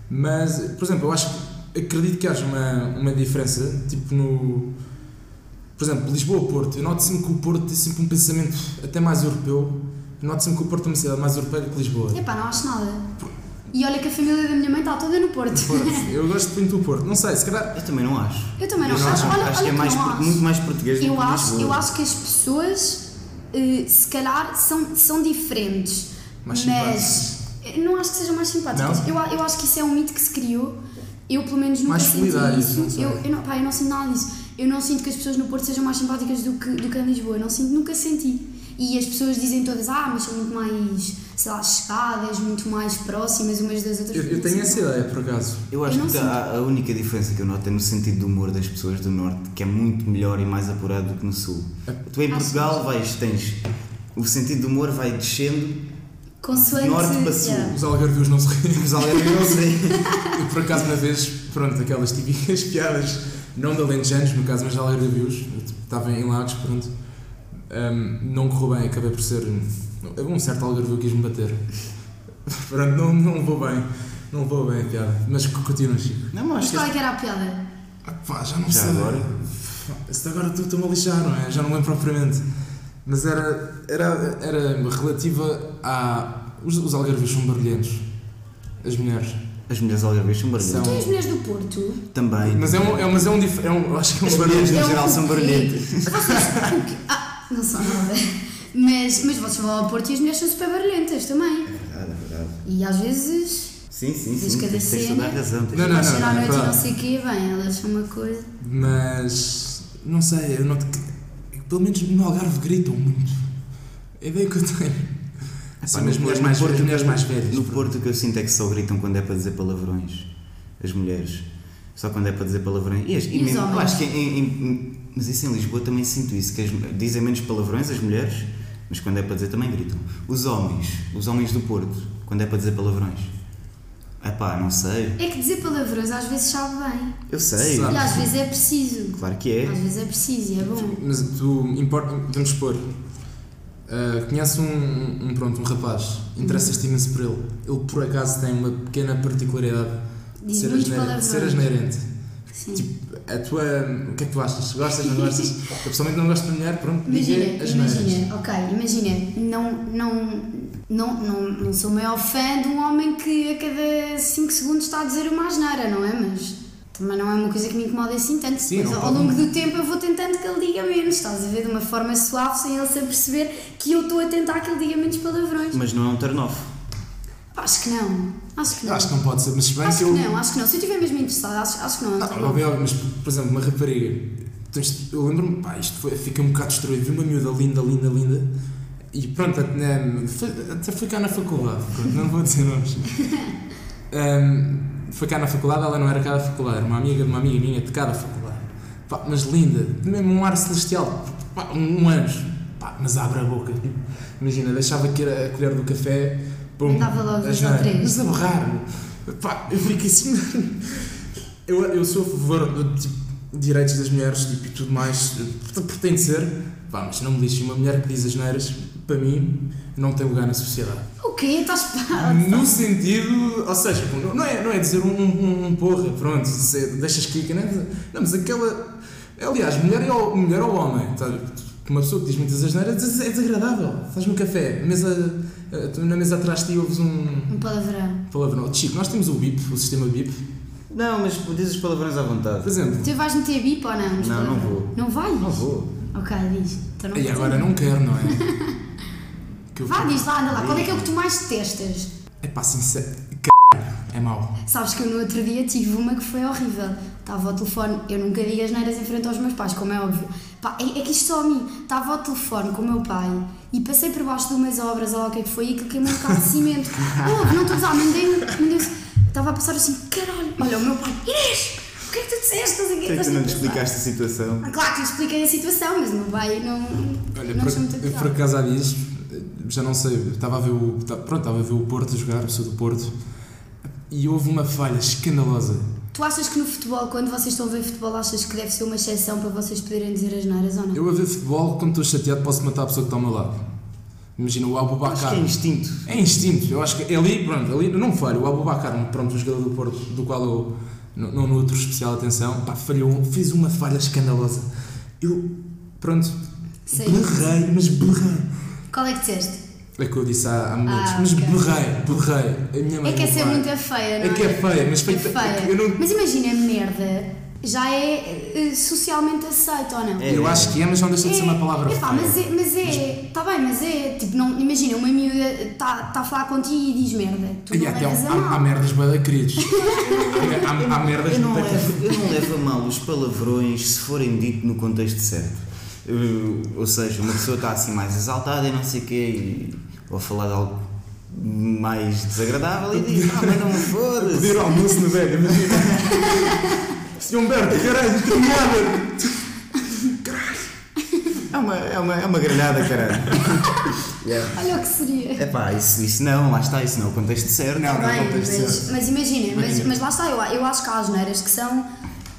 Mas, por exemplo, eu acho que acredito que haja uma, uma diferença. Tipo no. Por exemplo, Lisboa-Porto. Eu noto sempre que o Porto tem sempre um pensamento até mais europeu. Eu noto sempre que o Porto é uma cidade mais europeia do que Lisboa. Epá, não acho nada. E olha que a família da minha mãe está toda no Porto. Tipo, Porto. Eu gosto muito do Porto. Não sei, se calhar. Eu também não acho. Eu também não, Eu não acho. acho, Olha, acho olha que é mais, não por- acho. muito mais português do Eu que acho, eu Lisboa. acho que as pessoas, eh, se calhar, são, são diferentes. Mais mas eu não acho que sejam mais simpáticas. Não? Eu, a- eu acho que isso é um mito que se criou. Eu, pelo menos, nunca Mais senti solidários, isso. não sei. eu, eu, não, pá, eu não sinto nada disso. Eu não sinto que as pessoas no Porto sejam mais simpáticas do que, do que em Lisboa. Eu não sinto, nunca senti. E as pessoas dizem todas, ah, mas são muito mais, sei lá, chegadas, muito mais próximas umas das outras. Eu, eu tenho essa ideia, por acaso. Eu Eu acho não que a, a única diferença que eu noto é no sentido do humor das pessoas do Norte, que é muito melhor e mais apurado do que no Sul. Tu em Acho Portugal vais, tens. O sentido do humor vai descendo, Consoante, norte para sul. yeah. Os algarvios não se riem. os alegres não sei. Eu, por acaso, uma vez, pronto, aquelas típicas piadas, não de alentejanos, no caso, mas de algarvios, eu, tipo, estava em Lagos, pronto, Ahm, não correu bem, acabei por ser, um certo algarvio quis-me bater, pronto, não, não levou bem, não levou bem a piada, mas co- continua, Chico. Não, mas Mas acho que qual é que era a piada? Ah, pá, já não Já sei. agora? Se agora tu estou-me a lixar, não é? Já não lembro propriamente. Mas era, era, era relativa a... Os, os algarvios são barulhentos, as mulheres. as mulheres algarvias são Tu barulhentas. e as mulheres do Porto? Também. Mas é um, é, um- mas é um, dif- é um, eu acho que é um As barulho. mulheres É no um geral são quê? barulhentas. Ah, não são nada. Mas, mas vocês vão ao Porto e as mulheres são super barulhentas também. Verdade, é verdade. E às vezes, Sim, sim, Diz sim. cada Tens, tens toda cena. a razão. tens toda Não, a não, razão. chegar à noite e claro. não sei o quê, bem, elas são uma coisa. Mas não sei, eu noto que pelo menos no Algarve gritam muito. É a ideia que eu tenho. Assim, Pá, mas no mulheres Porto- mais, no as Porto- mulheres mais velhas. No pronto. Porto o que eu sinto é que só gritam quando é para dizer palavrões. As mulheres. Só quando é para dizer palavrões. E, as, e E os mesmo, eu homens? acho que em- em- em- mas isso em Lisboa também sinto isso, que as- dizem menos palavrões as mulheres, mas quando é para dizer também gritam. Os homens, os homens do Porto, quando é para dizer palavrões. Ah pá, não sei. É que dizer palavrões às vezes sabe bem. Eu sei. Sabe. E às vezes é preciso. Claro que Às é. vezes é preciso e é bom. Mas tu importa, vamos expor. Uh, conhece um, um, pronto, um rapaz, interessa-te imenso por ele. Ele por acaso tem uma pequena particularidade de Diz ser muitos asneira- palavrões. de ser asneirente. Sim. Tipo, a tua. O que é que tu achas? Gostas, não gostas? Eu pessoalmente não gosto de mulher, pronto, é diga Imagina, as neiras. imagina, ok, imagina, não, não, não, não, não sou o maior fã de um homem que a cada 5 segundos está a dizer uma asneira, não é? Mas também não é uma coisa que me incomoda assim tanto. Sim, Mas não ao pode- longo do tempo eu vou tentando que ele diga menos, estás a ver? De uma forma suave, sem ele se aperceber que eu estou a tentar que ele diga menos palavrões. Mas não é um turn off. Acho que não, acho que Eu não. Acho que não pode ser, mas se bem Acho que que eu. Ah, não, acho que não. Se eu estiver mesmo interessada, acho, acho que não. Não, António. óbvio, óbvio, mas por exemplo, uma rapariga. Tens- Eu lembro-me, pá, isto foi, fiquei um bocado destruído. Vi uma miúda linda, linda, linda. E pronto, até, foi, até foi cá na faculdade. pronto, não vou dizer nomes. Ahm, foi cá na faculdade, ela não era cá da faculdade, era uma amiga de uma amiga minha de cá da faculdade. Pá, mas linda, mesmo um ar celestial, pá, um anjo. Pá, mas abre a boca. tipo, Imagina, deixava que era a colher do café. Pum, Dava logo dois asneira. ou três. Mas a borrar. Pá, eu fiquei assim. Eu, eu sou a favor do tipo, direitos das mulheres tipo, e tudo mais, eh, pretende ser, pá, mas não me lixem, uma mulher que diz as neiras, para mim, não tem lugar na sociedade. O quê? Estás No sentido, ou seja, não- não é, não é dizer um, um, um porra, pronto, se deixas clica, não é? Não, mas aquela. Aliás, é mulher ou, mulher ou homem, tá? uma pessoa que diz muitas asneiras é desagradável. Estás no café, mesa, eh, tu na mesa atrás de ti ouves um Um palavrão. palavrão. Chico, nós temos o BIP, o sistema BIP. Não, mas dizes palavrões à Por vontade. exemplo, Tu vais meter bip ou não? Não, não vou. Não vais? Não vou. Ok, diz. Então não e vou agora dizer. não quero, não é? Que eu- Vá, diz lá, anda lá. Qual é que é o que tu mais detestas? É pá, sincero. C... É mau. Sabes que eu no outro dia tive uma que foi horrível. Estava ao telefone, eu nunca digo as neiras em frente aos meus pais, como é óbvio. Pá, é, é que isto só a mim. Estava ao telefone com o meu pai e passei por baixo de umas obras, ou lá o que é que foi, e aquilo queimou um bocado de cimento. Oh, não estou a usar, mandei um. mandei um- Estava a passar assim, caralho. Olha, o meu pai, Inês, o que é que tu disseste? Estás aqui, Por que é que estás tu não te aqui a passar?" explicaste a situação? Ah, Claro que eu expliquei a situação, mas o meu pai não. Olha, não por, achou muito eu por agradável. acaso há dias, eh, já não sei, estava a ver o, tá- pronto, estava a ver o Porto jogar, eu sou do Porto, e houve uma falha escandalosa. Tu achas que no futebol, quando vocês estão a ver futebol, achas que deve ser uma exceção para vocês poderem dizer as neiras ou não? Eu a ver futebol, quando estou chateado, posso matar a pessoa que está ao meu lado. Imagina o Acho Abubacar. que é instinto. É instinto, eu acho que ali, pronto, ali não falho. O Abubacar, pronto, o jogador do Porto, do qual eu não, não nutro especial atenção, pá, falhou, fez uma falha escandalosa. Eu, pronto, Sei. berrei, mas berrei. Qual é que disseste? É que eu disse há, há minutos, Ah, mas ok. berrei, berrei. A minha mãe É que é não ser vai. muito feia, não é? É que é feia, mas É feita. feia. Eu, não- Mas imagina, merda já é eh, socialmente aceito ou não? É. eu acho que é, mas não deixa de ser uma palavra Epá, feia. mas é, mas é, tá bem, mas é, tipo, não, imagina, uma miúda está tá a falar contigo e diz merda, tu E não até um levas há, a mal. há merdas bada queridos. há, há- há merdas Eu não, bué da- levo, eu não levo a mal os palavrões se forem dito no contexto certo. Eu- ou seja, uma pessoa está assim mais exaltada e não sei o quê, e, ou a falar de algo mais desagradável e diz: Ah, mas não me foda-se. Pedir almoço no velho, imagina. Senhor Humberto, caralho, terminada! É uma, é uma, é uma grelhada, caralho. Olha o que seria. É pá, isso, isso não, lá está, isso não é o contexto certo. Não, não Bem, acontece mas, certo. mas imagina, mas, Imagina. mas lá está, eu, eu acho que há as neiras que são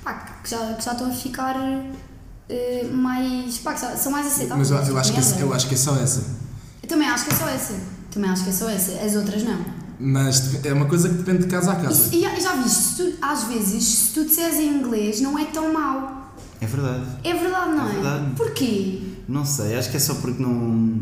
pá, que já, que já estão a ficar eh, mais. pá, que só- são mais aceitáveis. Mas eu, eu acho que é, eu acho que é só essa. Eu também acho que é só essa. Também acho que é só essa. As outras não. Mas dep- é uma coisa que depende de casa a E casa. se- E, já- já viste, se tu- às vezes, se tu disseres em inglês, não é tão mau. É verdade. É verdade, não é? É verdade. Porquê? Não sei, acho que é só porque não.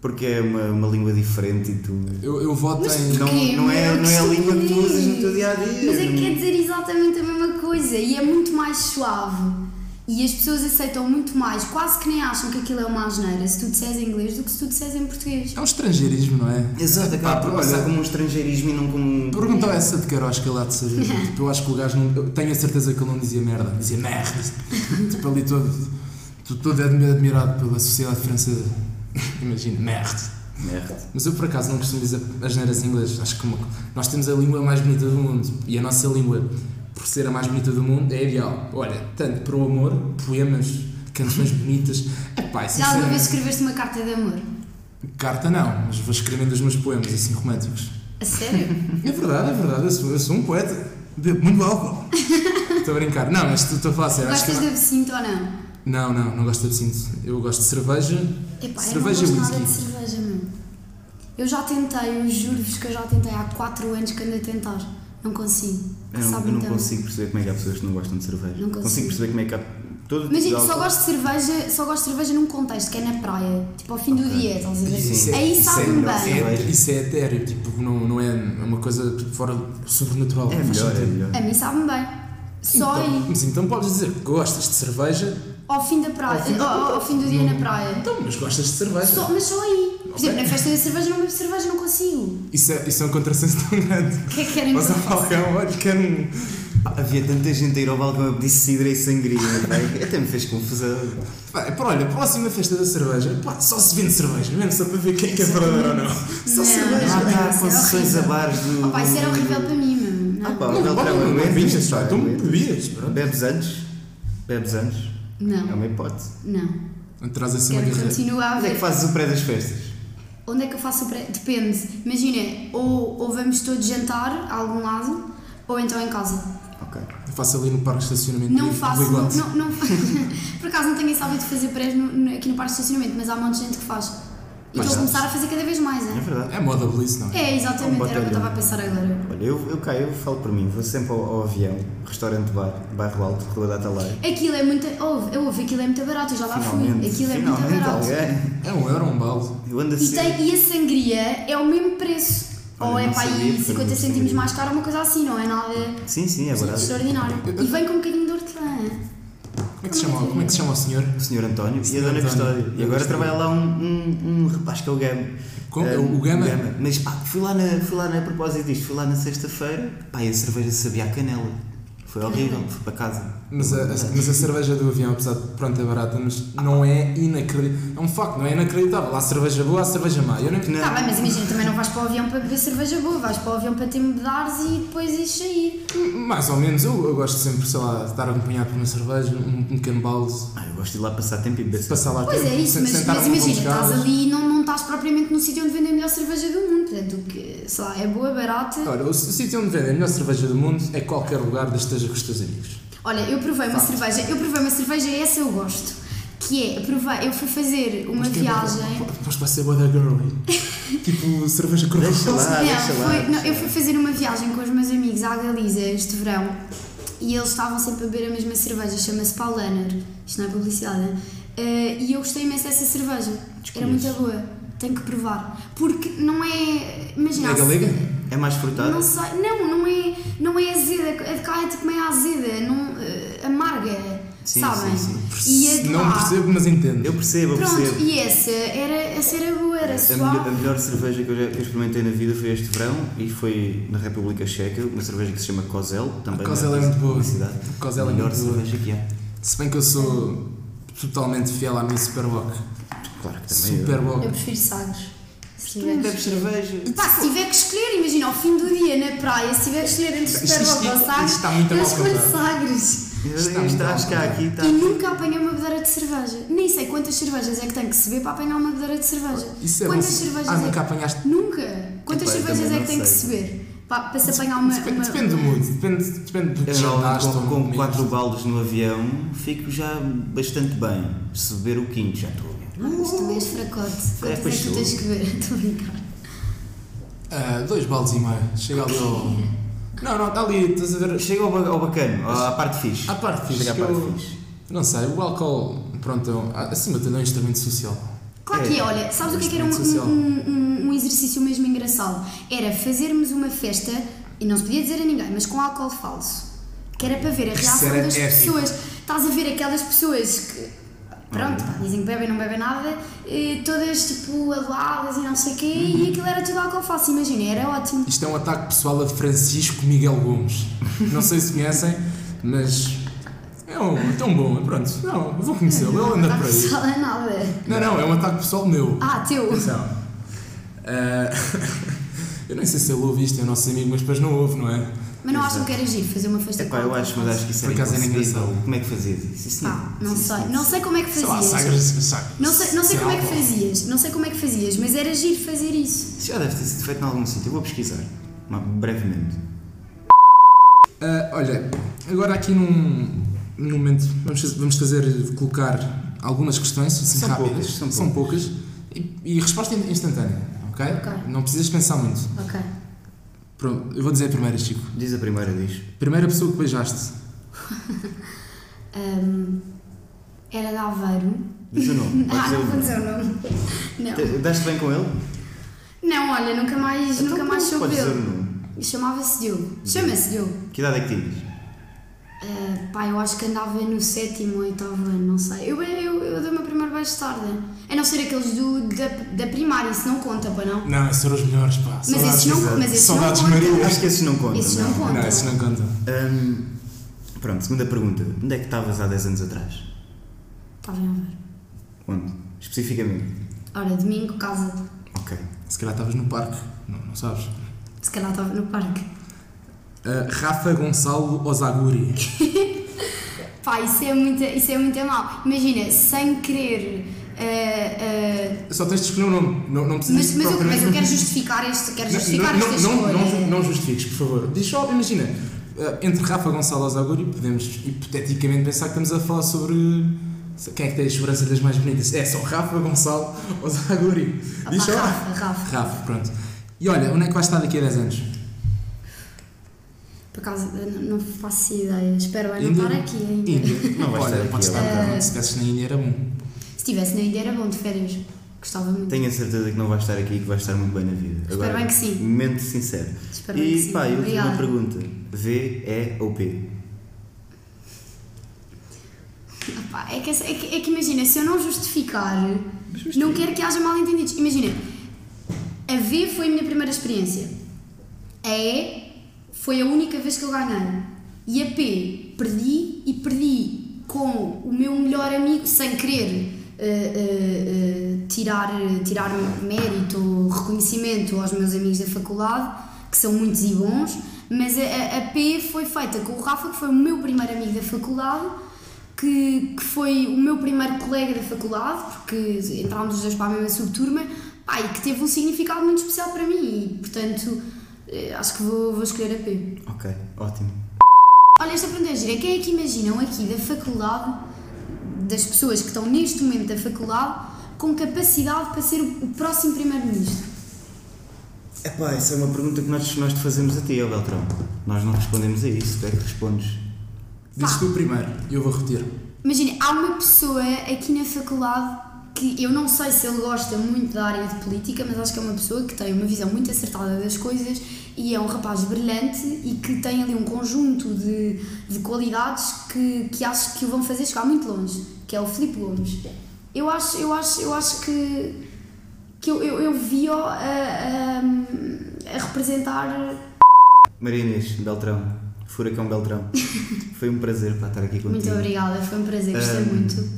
Porque é uma, uma língua diferente e tu. Eu, eu voto Mas em. Não- porquê, não é- meu? não é a Que língua que tu usas estupidez. no teu dia-a-dia. Mas é que quer dizer exatamente a mesma coisa e é muito mais suave. E as pessoas aceitam muito mais, quase que nem acham que aquilo é uma asneira se tu disseres em inglês do que se tu disseres em português. Ah, É um estrangeirismo, não é? Exato, acaba Pá, por olha- passar como um estrangeirismo e não como um. Perguntou essa de Queiroz que ele há de saber. Tipo, eu acho que o gajo não. Eu tenho a certeza que ele não dizia merda. Dizia merda. tipo, ali todo. tu- Todo admi- admirado pela sociedade francesa. Imagina, merda. Merda. Mas eu por acaso não costumo dizer as neiras em inglês. Acho que uma co- nós temos a língua mais bonita do mundo. E a nossa língua, por ser a mais bonita do mundo, é ideal. Olha, tanto para o amor, poemas, canções bonitas. Epá, é Já alguma vez sinceramente. escreveste uma carta de amor? Carta não, mas vou escrevendo os meus poemas assim românticos. A sério? É verdade, é verdade, eu sou, eu sou um poeta. Bebo muito álcool. Estou a brincar. Não, mas estou estou a falar sério. Acho que Gostas de absinto ou não? não. não, não, não gosto de absinto. Eu gosto de cerveja. Epá, Cerveja eu não e gosto nada de whisky. cerveja, meu. Eu já tentei, eu juro-vos que eu já tentei há 4 anos que ando a tentar. Não consigo. Eu não, Sabe eu não muito a mal. consigo perceber como é que há pessoas que não gostam de cerveja. Não consigo. perceber como é que há todo tipo Mas de gente, só álcool. gosto de cerveja, só gosto de cerveja num contexto que é na praia, tipo ao fim do dia, estás a ver? Sim. Isso é- Aí isso é sabe-me melhor bem. cerveja. É, isso é etéreo, tipo, não, não é uma coisa tipo, fora sobrenatural. É não faz melhor, é sentido. melhor. A mim sabe-me bem. Só Então, aí, mas então podes dizer que gostas de cerveja, ao fim da praia, ao, ao- ao fim do dia na praia. então, mas gostas de cerveja. Só- mas só aí. Por exemplo, na festa da cerveja não bebo cerveja, não consigo. Isso, é, isso é um contrassenso tão grande. O que é que querem que eu Mas ao faça? balcão, olha, quero um. Pá, É. Havia tanta gente a ir ao balcão a pedir cidra e sangria, pá, até me fez confusão. Vai, pá, é olha, próxima festa da cerveja, pá, só se vende cerveja, mesmo só para ver quem é que é verdadeiro ou não. Só Não, cerveja. Ah, não, tá, isso é concessões a horrível. bares do. Oh, pá, isso era horrível para mim, meu. um Ah, Não. pá, Não, não, não, trago não, aguento, bebias, pá, pá, tu me aguento. bebias, pronto. Bebes antes? Bebes antes? É Não, uma hipótese. não. Traz assim uma Quero que guerreira. continue Onde a é que haver. fazes o pré das festas? Onde é que eu faço o pré? Depende. Imagina, ou, ou vamos todos jantar a algum lado, ou então em casa. Ok. Eu faço ali no parque de estacionamento. Não do- do faço. Não, Igualdo. não, não- por acaso não tenho esse hábito de fazer prés no- no- aqui no parque de estacionamento, mas há um monte de gente que faz. E Mas estou a sabes? começar a fazer cada vez mais, É é? verdade. É moda bliss, não é? É, É um exatamente, era o que eu batalhão. estava a pensar agora. Olha, eu, eu caio, eu falo por mim, vou sempre ao, ao avião, restaurante bar, bairro alto, Rua da Atalaia. Aquilo é muito. Ouve, eu ouvi, aquilo é muito barato, eu já lá fui. Finalmente, Aquilo é muito finalmente barato. alguém. É um euro, um balde. Eu ando a E, ser. tem, e a sangria é o mesmo preço. Olha, ou é não para sabia aí que foi 50 muito cêntimos sangria. mais caro, uma coisa assim, não é nada Sim, sim, é verdade. extraordinário. Eu- E vem com um bocadinho de hortelã. Como é que se chama, como é que se chama o senhor? O senhor António e a Senhor dona António. Custódio. E agora Custódio. trabalha lá um, um, um rapaz que é o Gama. Como? Ah, O Gama? Mas pá, fui lá, na, fui lá na, a propósito disto, fui lá na sexta-feira, pá, e a cerveja sabia a canela. Foi horrível, fui para casa. Mas é- a, a- mas a cerveja do avião, apesar de pronto, é barata, mas não é inacreditável. É um facto, não é inacreditável. Há cerveja boa, há cerveja má. Eu nem... Que não- Tá bem, mas imagina, também não vais para o avião para beber cerveja boa, vais para o avião para ter bedares e depois ir sair. Mais ou menos, eu, eu gosto sempre, sei lá, de estar acompanhado por uma cerveja, um, um pequeno balde, Ah, eu gosto de ir lá passar tempo e beber passar lá Pois é tempo, isso, se- mas, mas sentar-me com imagina, convidados. estás ali e não, não estás propriamente no sítio onde vendem a melhor cerveja do mundo, portanto, o que, sei lá, é boa, barata. Ora, o, s- sítio onde vendem a melhor cerveja do mundo é qualquer lugar das esteja com os teus amigos. Olha, eu provei uma cerveja, eu provei uma cerveja e essa eu gosto. Que é, provei, eu fui fazer uma viagem. Depois vai ser boa da girly. tipo, cerveja cor de Deixa lá. Ah, não, deixa lá, foi- não, deixa eu lá. fui fazer uma viagem com os meus amigos à Galiza este verão e eles estavam sempre a beber a mesma cerveja, chama-se Paulaner. Isto não é publicidade, né? Eh, E eu gostei imenso dessa cerveja. Era muito boa. Tenho que provar. Porque não é. Imagina. É se- galega? É mais frutado? Não sei. Não, não é, não é azeda. A de cá é tipo meio azeda, não, eh, amarga. Sim, sabem? sim, E a de Não lá- percebo, mas entendo. Eu percebo, eu Pronto, percebo. e essa era, essa era boa, era A suave. melhor, a melhor cerveja que eu, já, que eu experimentei na vida foi este verão e foi na República Checa, uma cerveja que se chama Kozel, também A Kozel não é muito boa. publicidade. A Kozel é a melhor muito boa. cerveja que há. Se bem que eu sou totalmente fiel à minha Superbock. Claro que também. eu. Eu Superbock. prefiro sagres. Se Tu não tiver é que- bebes cerveja. Pá, se tiver que escolher, imagina, ao fim do dia na praia, se tiver que escolher entre Isto- Superboc isto- ou isto Sagres, está muito eu mal escolho contado. Sagres. Está, Está muito mal. acho que há aqui, está. E nunca apanhei uma bedeira de cerveja. Nem sei quantas cervejas é que tenho que se beber para apanhar uma bedeira de cerveja. Isso é quantas bom. cervejas Ah, é nunca apanhaste. que... Nunca. Quantas Epá, eu cervejas também é que não tenho que se sei. beber para, para se apanhar uma... Depende, uma- depende do mood, depende, depende do que Eu normalmente jantaste ou com, com comeste. quatro baldos no avião fico já bastante bem. Se beber o quinto já estou. Ah, Mas tu és fracote. Quantas é pois que tu sou. tens que beber? Estou a brincar. Ah, dois baldes e meio. Chega ali ao. Não, não, está ali, estás a ver. Chega ao, ba- ao bacano, à parte fixe. À parte fixe, Chega à que parte eu- fixe. Não sei, o álcool, pronto, é um- acima de tudo é um instrumento social. Claro É. que é, olha, sabes o que é que era um, Instrumento social. um- um- um exercício mesmo engraçado? Era fazermos uma festa, e não se podia dizer a ninguém, mas com álcool falso. Que era para ver a reação era das épico. pessoas. Estás a ver aquelas pessoas que, pronto, pá, dizem que bebem, não bebem nada, eh, todas tipo aladas e não sei o quê, e aquilo era tudo álcool falso, imagina, era ótimo. Isto é um ataque pessoal a Francisco Miguel Gomes. Não sei se conhecem, mas. É, um, é tão bom, pronto. Não, eu vou conhecê-lo, ele anda Não por aí. pessoal é nada. Não, não, é um ataque pessoal meu. Ah, teu. Atenção. Ah, eu nem sei se ele ouve isto, é o nosso amigo, mas depois não ouve, não é? Mas não acham que era giro fazer uma festa Epá, eu álcool acho, mas falso? acho que isso Por era acaso era inconcebível. engraçado. Como é que fazias isso? Isso Ah, não isso sei. Não sei como é que Sei lá, fazias. sagres, sagres. Não sei, não sei Sem como é que álcool. fazias, não sei como é que fazias, mas era giro fazer isso. Isso já deve ter sido feito em algum sítio. Eu vou pesquisar. Mas, brevemente. Ah, olha, agora aqui num, num momento vamos, faz- vamos fazer colocar algumas questões assim, São rápidas. poucas, são poucas. E, e resposta in- instantânea, ok? Ok. Não precisas pensar muito. Ok. Pronto, eu vou dizer a primeira, Chico. Diz a primeira, diz. Primeira pessoa que beijaste. era de Aveiro. Diz o nome. Pode Ah, dizer o não vou nome. dizer o nome. Não. Te- Daste bem com ele? Não, olha, nunca mais, Então nunca mais pronto, soube Podes dizer o dele. nome. Chamava-se Diogo. Chama-se Diogo. Que idade é que tinhas? Ah, pá, eu acho que andava no sétimo ou oitavo ano, não sei. Eu, eu, eu dei o meu primeiro beijo tarde. A não ser aqueles do, da, da primária, isso não conta, para não. Não, esses foram os melhores, pá. Mas esses não, mas esses não contam. Acho que esses não é? contam. Esses não contam. Não, esses não contam. Hum, pronto, segunda pergunta. Onde é que estavas há 10 anos atrás? Estava em Aveiro. Onde? Especificamente. Ora, domingo, casa. Ok. Se calhar estavas no parque, não, não sabes. Se calhar estava no parque. Ah, Rafa Gonçalo Ozaguri. Pá, isso é muito, isso é muito mal. Imagina, sem querer. ah, ah, Só tens de escolher um nome, não, não mas, precisas mas, é eu, mas propriamente- eu quero justificar este, quero Não, justificar não, esta não, escolha. não, não, não justifiques, por favor. Diz só, imagina, eh, entre Rafa Gonçalves Aguri, podemos hipoteticamente pensar que estamos a falar sobre quem é que tem as sobrancelhas mais bonitas. É só Rafa Gonçalves Aguri. Opa, Diz só. Rafa, Rafa. Rafa, pronto. E olha, onde é que vais estar daqui a 10 anos? Por acaso, eu não não faço ideia. Espero bem Ainda não estar não- aqui ainda. Índia. Não vais estar olha, aqui, podes estar, olha. pronto. se estivesses na Índia era bom. Se estivesse na Índia era bom de férias. Gostava muito. Tenho a certeza que não vai estar aqui e que vai estar muito bem na vida. Espero bem que sim. Momento sincero. Espero bem que E sim. pá, eu tenho uma Obrigada. pergunta. V, E ou P? Pá, é, que, essa- é que- é que imagina, se eu não justificar, não quero que haja mal entendidos. Imagina, a V foi a minha primeira experiência. A E foi a única vez que eu ganhei. E a P perdi e perdi com o meu melhor amigo sem querer eh, eh, eh, tirar, tirar mérito ou reconhecimento aos meus amigos da faculdade, que são muitos e bons, mas a- a, a P foi feita com o Rafa, que foi o meu primeiro amigo da faculdade que, que foi o meu primeiro colega da faculdade, porque entrámos os dois para a mesma subturma, pá, e que teve um significado muito especial para mim e, portanto, eh, acho que vou, vou escolher a P. Ok, ótimo. Olha, esta pergunta é gira. Quem é que imaginam aqui da faculdade, das pessoas que estão neste momento da faculdade, com capacidade para ser o o próximo primeiro-ministro? Epá, essa é uma pergunta que nós, nós te fazemos a ti, ó Beltrão. Nós não respondemos a isso, tu é que respondes. Dizes tu primeiro, e eu vou repetir. Imagina, há uma pessoa aqui na faculdade que eu não sei se ele gosta muito da área de política, mas acho que é uma pessoa que tem uma visão muito acertada das coisas e é um rapaz brilhante e que tem ali um conjunto de, de qualidades que, que acho que o vão fazer chegar muito longe, que é o Filipe Gomes. Eu acho, eu acho, eu acho que, que eu, eu, eu vi-o a, a, a representar. Maria Inês, Beltrão, Furacão Beltrão, foi um prazer para estar aqui contigo. Muito obrigada, foi um prazer, gostei Ahm, muito.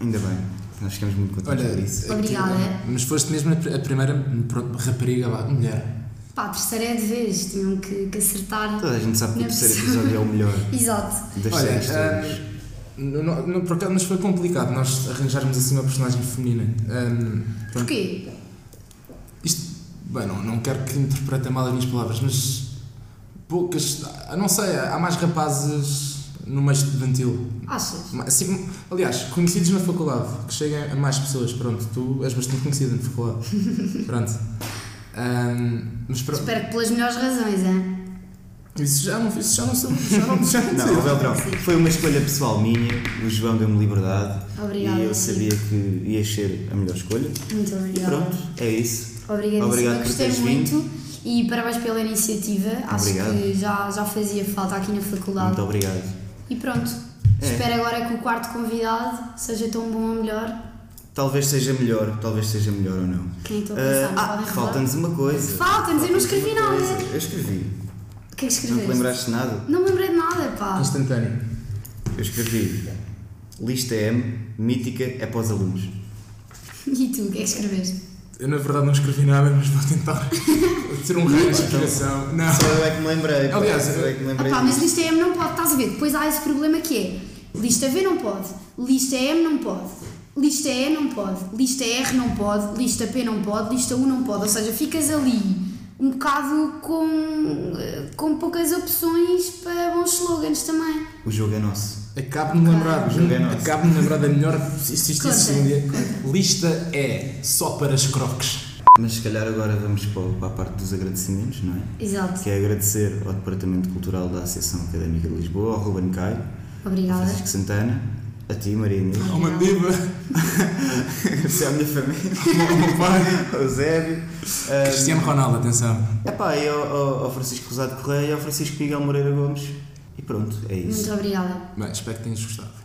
Ainda bem, nós ficamos muito contentes Olha, por isso. é Obrigada. Mas foste mesmo a pr- a primeira pr- rapariga lá, mulher. Pá, a terceira é de vez, tinham que, que acertar. Toda a gente sabe que o Não é terceiro possível. episódio é o melhor Exato. das Olha, séries todas. ah, não- não- não- por acaso nos foi complicado nós arranjarmos assim uma personagem feminina. Ah, pronto. Porquê? Isto, bem, não, não quero que interpretem mal as minhas palavras, mas poucas, ah, não sei, há mais rapazes no meio estudantil. Achas? Ma- assim, aliás, conhecidos na faculdade, que cheguem a mais pessoas, pronto, tu és bastante conhecido na faculdade. pronto. Ah, mas pronto. Espero que pelas melhores razões, hein? Isso já não, isso já não sou. Já não, já não, sei. Não, o Beltrão, foi uma escolha pessoal minha, o João deu-me liberdade Obrigada. e eu sabia que ia ser a melhor escolha. Muito E obrigada. pronto, é isso. Obrigadíssima. Obrigado por Gostei teres muito e parabéns pela iniciativa. Acho Obrigado. que já, já fazia falta aqui na faculdade. Muito obrigado. E pronto. É. Espero agora que o quarto convidado seja tão bom ou melhor. Talvez seja melhor, talvez seja melhor ou não. Quem é estou a Ah, pensar? ah, Podem revelar? falta-nos uma coisa. Falta-nos, eu não escrevi uma nada. coisa. Eu escrevi. O que é que Não te escreveste? lembraste de nada? Não me lembrei de nada, pá. Instantâneo. Eu escrevi lista M, mítica é para os alunos. E tu, o que é que escreveste? Eu na verdade não escrevi nada, mas vou tentar ter um raio de inspiração. Não. Só eu é que me lembrei. pá, Aliás, só eu é que me Ah, lembrei. pá, mas disso. lista M não pode, estás a ver? Depois há esse problema que é lista V não pode, lista M não pode, lista E não pode, lista R não pode, lista P não pode, lista U não pode. Ou seja, ficas ali um bocado com, eh, com poucas opções para bons slogans também. O jogo é nosso. Acabo-me de um lembrar, Jogo é nosso. acabo-me de lembrar da melhor, se isto existe Conta, um dia, lista é só para as croques. Mas se calhar agora vamos para o- para a parte dos agradecimentos, não é? Exato. Que é agradecer ao Departamento Cultural da Associação Académica de Lisboa, ao Ruben Caio, ao Obrigada. Francisco Santana, a ti, Maria Inês, Ao Mandiba, agradecer à minha família, ao meu pai, ao Eusébio, Cristiano Ronaldo, atenção. ah, epá, e ao, ao- ao Francisco Rosado Correia e ao Francisco Miguel Moreira Gomes. E pronto, é isso. Muito obrigada. Bem, espero que tenhas gostado.